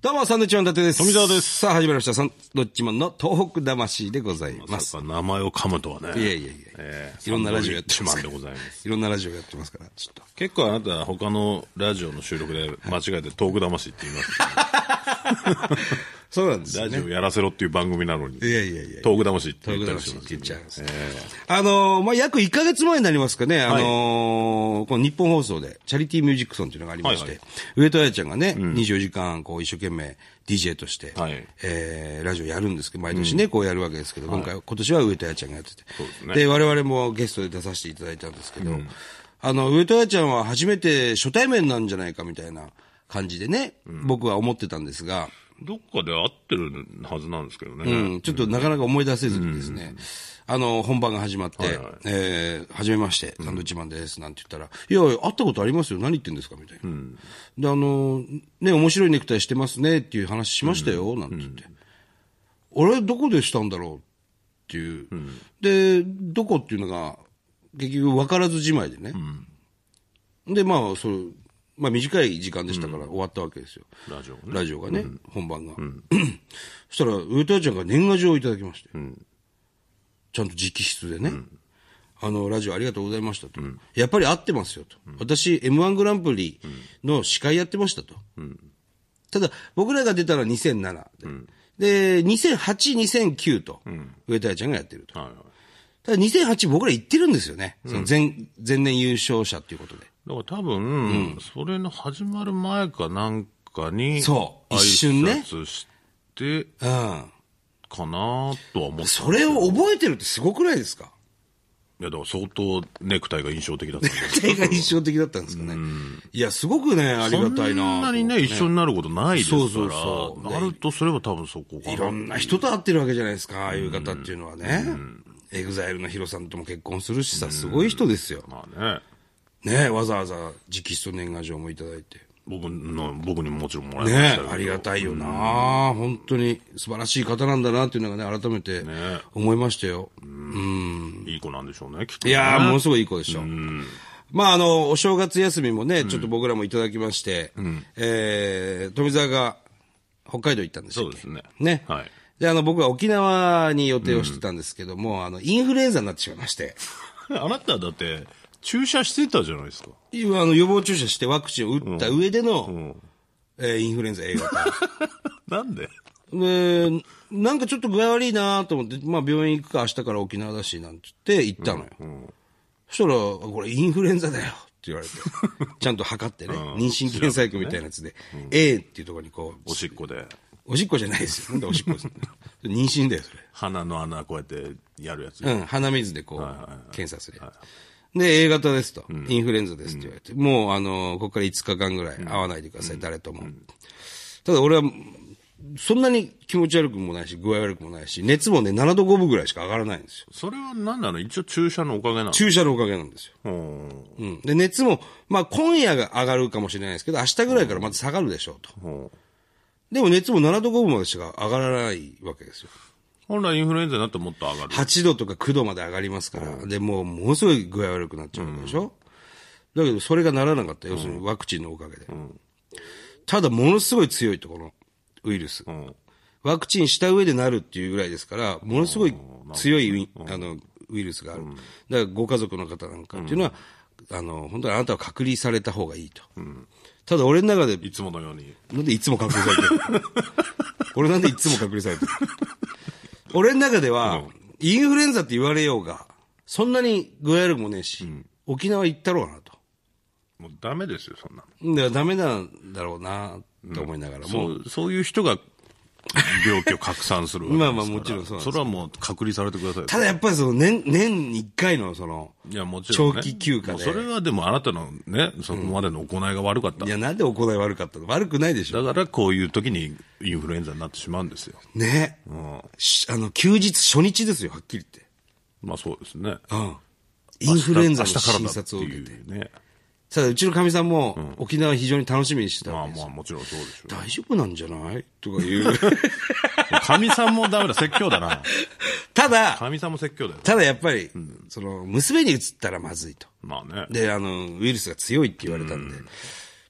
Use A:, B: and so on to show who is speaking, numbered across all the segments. A: どうも、サンドウィッチマン伊達です。。
B: 富澤です
A: さあ、始まりました。サンドウィッチマンの東北魂でございま。
B: ますさか名前を噛むとはね。
A: いやいやいや
B: えー
A: いろんなラジオやってます
B: サンドウィッチマンでございます。
A: いろんなラジオやってますから、ちょっと。
B: 結構あなた、他のラジオの収録で間違えてトーク魂って言いますね、
A: そうなんですよ
B: ラジ
A: ね。
B: オやらせろっていう番組なのに。
A: いやいやいや。
B: トーク魂って
A: 東
B: 言
A: 北
B: ったり
A: 魂
B: しま
A: っ
B: す
A: て
B: ね、
A: 言っちゃいます。あのーまあ、約1ヶ月前になりますかね、あのーこの日本放送で、チャリティーミュージックソンっていうのがありまして、
B: はいはい
A: 上戸彩ちゃんがね、24時間、こう、一生懸命 DJ として、
B: はい
A: えーラジオやるんですけど、毎年ね、こうやるわけですけど、今回、今年は上戸彩ちゃんがやってて、
B: そうですね
A: で、我々もゲストで出させていただいたんですけど、あの、上戸彩ちゃんは初めて初対面なんじゃないかみたいな感じでね、僕は思ってたんですが、
B: どっかで合ってるはずなんですけどね。
A: うんちょっとなかなか思い出せずにですね、あの、本番が始まって、
B: はい
A: えー、はじめまして、サンドウィッチマンです、なんて言ったら、いやいや、会ったことありますよ、何言ってんですか、みたいな。で、あの、ね、面白いネクタイしてますね、っていう話しましたよ、なんて言って。俺、どこでしたんだろうっていう。で、どこっていうのが、結局分からずじまいでね。で、まあ、そう、まあ短い時間でしたから終わったわけですよ。
B: ラジオね。
A: ラジオがね、本番が。 そしたら、上戸彩ちゃんが年賀状をいただきまして、ちゃんと直筆でね、あの、ラジオありがとうございましたと。やっぱり合ってますよと。私、M1 グランプリの司会やってましたと。ただ、僕らが出たら2007で、で、2008、2009と、上戸彩ちゃんがやってると。
B: はいはい。
A: ただ、2008僕ら行ってるんですよね。その前、前年優勝者っていうことで。
B: だから多分、それの始まる前かなんかに、
A: そう一瞬ね
B: 挨拶して、
A: うん。
B: かなとは思って。
A: それを覚えてるってすごくないですか
B: いや、だから相当ネクタイが印象的だったんです
A: 絶対が印象的だったんですかね。いや、すごくね、ありがたいな。
B: そんなにね、一緒になることないですから。
A: そうそうそう
B: なるとすれば多分そこか
A: い
B: な。
A: ろんな人と会ってるわけじゃないですか、ああいう方っていうのはね。エグザイルのヒロさんとも結婚するしさ、すごい人ですよ。
B: まあね。
A: ねわざわざ直筆年賀状もいただいて。
B: 僕の、僕にももちろんもらいました
A: ね
B: けど
A: ありがたいよな、本当に素晴らしい方なんだなっていうのがね、改めて思いましたよ。
B: いい子なんでしょうね、きっと、
A: い
B: ね。
A: やー、ものすごいいい子でしょ。まあ、あの、お正月休みもね、ちょっと僕らもいただきまして、えー、富澤が北海道行ったんですよ。
B: そうですね
A: ね。
B: はい
A: で、あの、僕は沖縄に予定をしてたんですけども、あの、インフルエンザになってしまいまして、
B: あなただって、注射してたじゃないですか。
A: 今、あの、予防注射してワクチンを打った上での、えーインフルエンザ A 型。
B: なんで
A: で、なんかちょっと具合悪いなと思って、まあ病院行くか明日から沖縄だし、なんて言って行ったのよ。そしたら、これインフルエンザだよって言われて、 ちゃんと測ってね、妊娠検査薬みたいなやつで、A っていうところにこう、
B: おしっこで、
A: おしっこじゃないですよ。なんでおしっこです 妊娠だよ、それ。
B: 鼻の穴こうやってやるやつ。
A: うん、鼻水でこう、検査するやつ。で、A 型ですと、インフルエンザですって言われて、もう、あの、ここから5日間ぐらい会わないでください、誰とも。ただ俺は、そんなに気持ち悪くもないし、具合悪くもないし、熱もね、7度5分ぐらいしか上がらないんですよ。
B: それは何なの一応注射のおかげなの
A: 注射のおかげなんですよ。
B: うん
A: うん。で、熱も、まあ、今夜が上がるかもしれないですけど、明日ぐらいからまた下がるでしょうと。
B: うん
A: でも熱も7度5分までしか上がらないわけですよ。
B: 本来インフルエンザになったらもっと上がる。
A: 8度とか9度まで上がりますから、で、もう、ものすごい具合悪くなっちゃうわけでしょ、だけど、それがならなかった。要するに、ワクチンのおかげで。ただ、ものすごい強いと、このウイルス。
B: うん
A: ワクチンした上でなるっていうぐらいですから、ものすごい強いウイ,、あのウイルスがある。だから、ご家族の方なんかっていうのは、あの、本当にあなたは隔離された方がいいと。ただ、俺の中で、
B: いつものように。
A: なんでいつも隔離さ れてる俺なんでいつも隔離されてる俺の中では、インフルエンザって言われようが、そんなに具合悪くもねえし、沖縄行ったろうなと。
B: もうダメですよ、そんなの。
A: だからダメなんだろうなと思いながらも、
B: そう、そういう人が病気を拡散するわけですから
A: まあまあもちろんそうなんです
B: それはもう隔離されてください。
A: ただやっぱりその年、年に一回のその、
B: いや、もちろん、ね。
A: 長期休暇で
B: もうそれはでもあなたのね、そこまでの行いが悪かった。
A: いやなんで行い悪かったの悪くないでしょ。
B: だからこういう時にインフルエンザになってしまうんですよ。
A: ね、しあの、休日初日ですよ、はっきり言って。
B: まあそうですね。
A: うん。インフルエンザの
B: 明日から
A: 診
B: だって
A: 察を受けて。
B: いうね。
A: ただ、うちのかみさんも、沖縄非常に楽しみにしてた
B: ま
A: わ
B: あ
A: けですよ
B: まあもちろんそうでしょ
A: 大丈夫なんじゃないとか言う。
B: う。かみさんもダメだ、説教だな。
A: ただ、
B: かみさんも説教だよ。
A: ただやっぱり、その、娘に移ったらまずいと。
B: まあね。
A: で、あの、ウイルスが強いって言われたんで、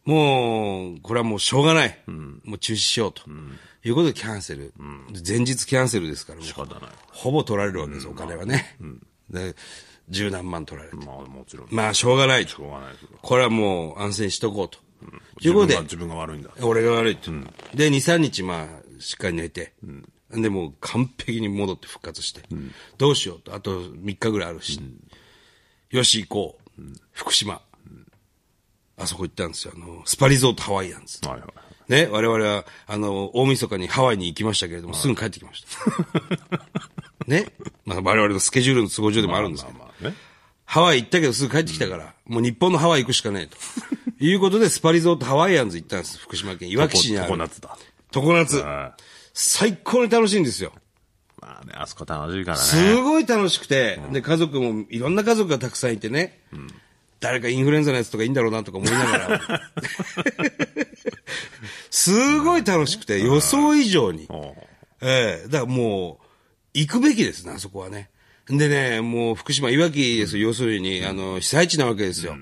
A: もう、これはもうしょうがない。もう中止しようと。いうことでキャンセル。前日キャンセルですから、もう
B: 仕方ない。
A: ほぼ取られるわけです、お金はね。で、十何万取られて。
B: まあもちろん。
A: まあ、しょうがない
B: しょ
A: と。
B: うがないですよ。
A: これはもう安静にしとこうと。ということで、
B: 自分が自分が悪いんだ。
A: 俺が悪いと。で、2、3日、まあ、しっかり寝て。で、もう完璧に戻って復活して。どうしようと。あと3日ぐらいあるし。よし、行こう。福島。あそこ行ったんですよ。あの、スパリゾートハワイアンズ。
B: はいはい。
A: ね、我々は、あの、大晦日にハワイに行きましたけれども、すぐ帰ってきました。ね。まあ、我々のスケジュールの都合上でもあるんですけど。
B: まあね。
A: ハワイ行ったけどすぐ帰ってきたから、もう日本のハワイ行くしかねえと。いうことで、スパリゾートハワイアンズ行ったんです。福島県いわき市にあ
B: ココナ
A: る。
B: ッツだ。
A: 常夏。
B: はい
A: 最高に楽しいんですよ。
B: まあね、あそこ楽しいからね。
A: すごい楽しくて、で、家族も、いろんな家族がたくさんいてね、誰かインフルエンザのやつとかいいんだろうなとか思いながら、 すごい楽しくて、予想以上に。
B: おう
A: ええだからもう、行くべきですね、あそこはね。でね、もう福島、いわきですよ、要するに、あの、被災地なわけですよ。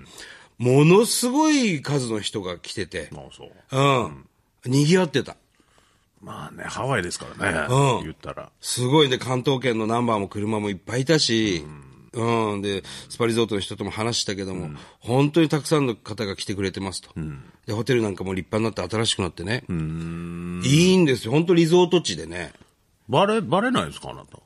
A: ものすごい数の人が来てて、
B: まあそう。
A: うん。賑わってた。
B: まあね、ハワイですからね。
A: うん
B: 言ったら。
A: すごいね、関東圏のナンバーも車もいっぱいいたし、うん、で、スパリゾートの人とも話したけども、本当にたくさんの方が来てくれてますと。で、ホテルなんかも立派になって新しくなってね。いいんですよ、本当リゾート地でね。
B: バレ、バレないですかあなた。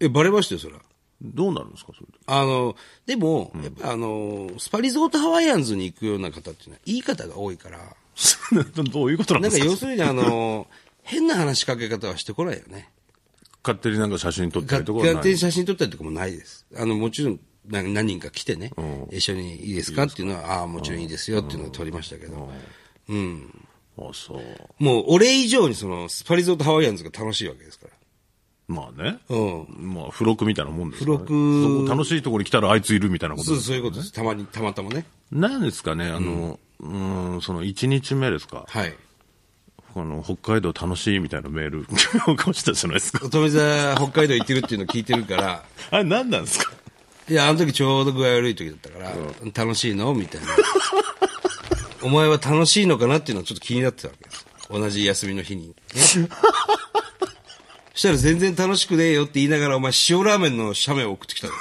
A: え、バレましたよ、それは。
B: どうなるんですかそれで。
A: あの、でも、やっぱあの、スパリゾートハワイアンズに行くような方っていうのは、言い方が多いから、
B: どういうことなん
A: な
B: で
A: ん か
B: すか
A: 要するにあ の、変な話しかけ方はしてこないよね。
B: 勝手になんか写真撮ったりとかは
A: 勝
B: な
A: 手
B: い
A: に。写真撮ったりとかもないです。あの、もちろん、な何人か来てね、一緒にいいですかっていうのは、ああ、もちろんいいですよっていうのは撮りましたけど、
B: あ、そう。
A: もう俺以上にその、スパリゾートハワイアンズが楽しいわけですから。
B: まあね。
A: うん。
B: まあ、付録みたいなもんですからね
A: 付録
B: そこ楽しいところに来たらあいついるみたいなこと
A: そう
B: です
A: そういうことです。たまに、たまたまね。
B: なんですかね、あの、うーん、その1日目ですか。
A: はい。
B: この、北海道楽しいみたいなメール、 起こしたじゃないですか。
A: 乙女座、北海道行ってるっていうの聞いてるから、
B: あれ何なんですか
A: いや、あの時ちょうど具合悪い時だったから、楽しいのみたいな。 お前は楽しいのかなっていうのはちょっと気になってたわけです。同じ休みの日に、ね。 そしたら全然楽しくねえよって言いながら、お前塩ラーメンの写メを送ってきたの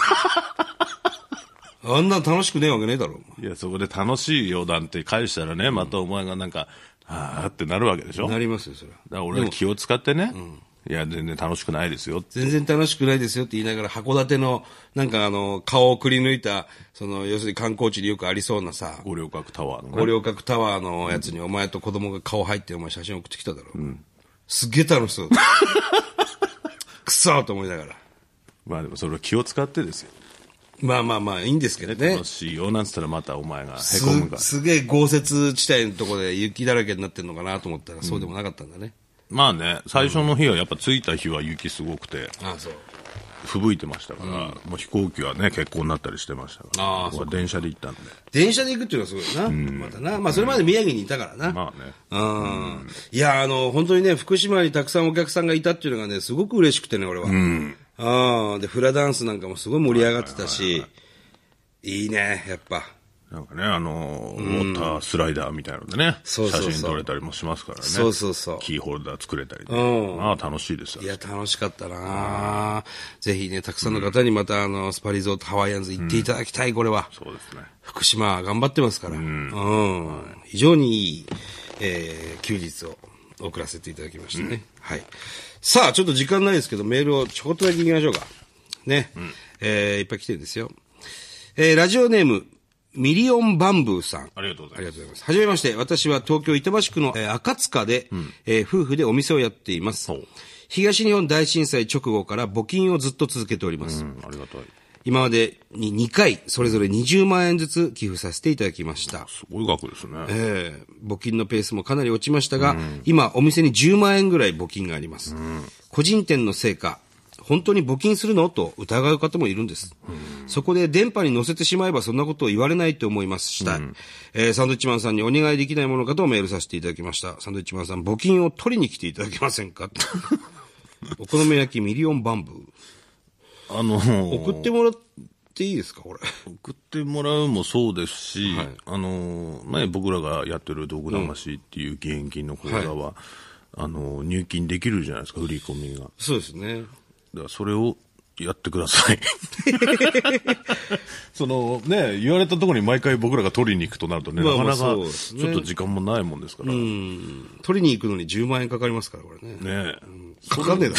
A: あんなの楽しくねえわけねえだろ、お
B: いや、そこで楽しいよなんて返したらね、またお前がなんか、あーってなるわけでしょ
A: 前。
B: だ
A: な
B: か
A: りますよ、それは。
B: ら俺は気を使ってね、いや、全然楽しくないですよ。
A: 全然楽しくないですよって言いながら、函館の、なんかあの、顔をくり抜いた、その、要するに観光地によくありそうなさ、
B: 五稜郭タワーの
A: 五
B: ね。
A: 稜郭タワーのやつにお前と子供が顔入ってお前写真送ってきただろ。すっげえ楽しそう だった。くそーと思いながら。
B: まあでもそれは気を使ってですよ。
A: まあまあまあ、いいんですけどね
B: 楽。しいよなんつったらまたお前がへ
A: す
B: こむから。
A: すげえ豪雪地帯のとこで雪だらけになってんのかなと思ったら、そうでもなかったんだね。
B: まあね、最初の日はやっぱ着いた日は雪すごくて、
A: ああ、そう。
B: 吹雪いてましたから、もう飛行機はね、欠航になったりしてましたから、
A: あー
B: 僕は電車で行ったんで。
A: 電車で行くっていうのはすごいな。またな。まあそれまで宮城にいたからな。
B: まあね。
A: うんいや、あの、本当にね、福島にたくさんお客さんがいたっていうのがね、すごく嬉しくてね、俺は。ああで、フラダンスなんかもすごい盛り上がってたし、いいね、やっぱ。
B: なんかね、あのーウォータースライダーみたいなのでね、
A: そうそうそう
B: 写真撮れたりもしますからね。
A: そうそうそう
B: キーホルダー作れたりね。
A: うん
B: まあ楽しいですよ
A: い。や、楽しかったなぜひね、たくさんの方にまた、あの、スパリゾートハワイアンズ行っていただきたい、これは。
B: そうですね。
A: 福島は頑張ってますから。うん。非常にいい、えー休日を送らせていただきましたね。はい。さあ、ちょっと時間ないですけど、メールをちょこっとだけ行きましょうか。ね。えーいっぱい来てるんですよ。えーラジオネーム、ミリオンバンブーさん。
B: ありがとうご
A: あ
B: ざい
A: りが
B: ます。
A: とうございます。はじめまして、私は東京板橋区の、えー赤塚で、えー夫婦でお店をやっています
B: ほう。
A: 東日本大震災直後から募金をずっと続けております。
B: うん、ありがたい。
A: 今までに2回、それぞれ20万円ずつ寄付させていただきました。
B: すごい額ですね。
A: ええ募金のペースもかなり落ちましたが、今、お店に10万円ぐらい募金があります。個人店の成果、本当に募金するのと疑う方もいるんです。そこで電波に乗せてしまえばそんなことを言われないと思いますしたい、えーサンドイッチマンさんにお願いできないものかとメールさせていただきました。サンドイッチマンさん、募金を取りに来ていただけませんか お好み焼きミリオンバンブー。
B: あのー
A: 送ってもらっっていいですか、これ。
B: 送ってもらうもそうですし、あの前僕らがやってる道具魂っていう義援金の口座は、あの入金できるじゃないですか、振り込みが。だか
A: そうですね。
B: らそれをやってくだ さい。そのね、言われたところに毎回僕らが取りに行くとなるとね、
A: まあ
B: なかなかち
A: まあそう
B: ょ
A: ですね
B: っと時間もないもんですから、ね
A: 取りに行くのに10万円かかりますから、これね。かかんねえだ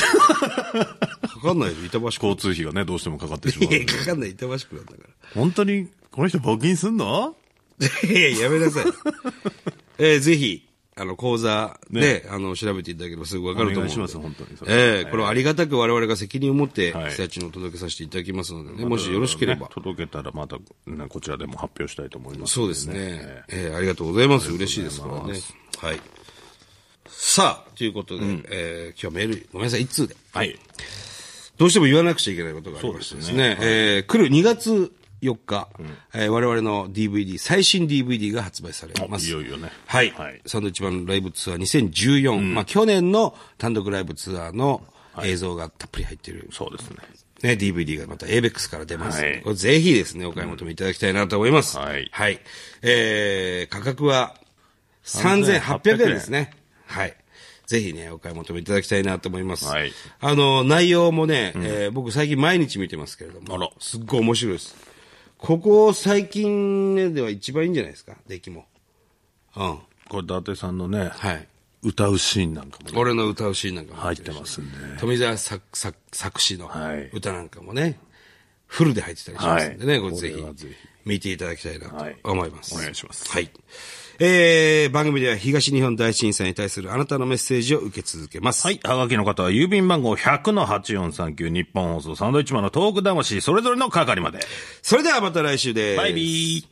A: ろ。かかんないよ、板橋区。
B: 交通費がね、どうしてもかかってしま
A: いうや。かかんない、板橋区なんだか
B: 本当に、この人募金すんの
A: ら。いやいや、やめな さい。えーぜひ、あの、講座で、あの、調べていただければすぐわかると思うんで。
B: お願いします本当にそれ
A: ええこれはありがたく我々が責任を持って、
B: はい
A: リサーチのお届けさせていただきますのでね、もしよろしければ
B: ね。届けたらまた、ねこちらでも発表したいと思います
A: そう
B: の
A: で
B: で。
A: すね。ええありがとうございます。嬉しいですからね。はい。さあ、ということで、えー今日メール、ごめんなさい、一通で。
B: はい。
A: どうしても言わなくちゃいけないことがありましてですね、えー来る2月4日、えー我々の DVD、最新 DVD が発売されま
B: い
A: す。
B: よいよね。
A: はい、
B: はい
A: サンドウィッチマンのライブツアー2014、まあ去年の単独ライブツアーの映像がたっぷり入ってる、
B: そうですね。
A: ね、DVD がまた ABEX から出ます、
B: はい
A: これぜひですね、お買い求めいただきたいなと思います。
B: うんはい
A: はい。えー、価格は3800円ですね。はい。ぜひね、お買い求めいただきたいなと思います。
B: はい
A: あの、内容もね、えー僕最近毎日見てますけれども、
B: あら
A: すっごい面白いです。ここ最近ねでは一番いいんじゃないですか、出来も。うん。
B: これ、伊達さんのね、
A: はい。
B: 歌うシーンなんかもね、
A: 俺の歌うシーンなんかも
B: 入ってますんで。
A: 富澤作作作詞の
B: はい
A: 歌なんかもね、フルで入ってたりしますんでね、
B: はい
A: これぜ
B: これは
A: ひ
B: ぜひ
A: 見ていただきたいな
B: はい
A: と思います。
B: お願いします
A: はい。えー、番組では東日本大震災に対するあなたのメッセージを受け続けます。
B: はい。はがきの方は、郵便番号100-8439、日本放送、サンドイッチマンのトーク魂、それぞれの係まで。
A: それではまた来週です。
B: バイビー。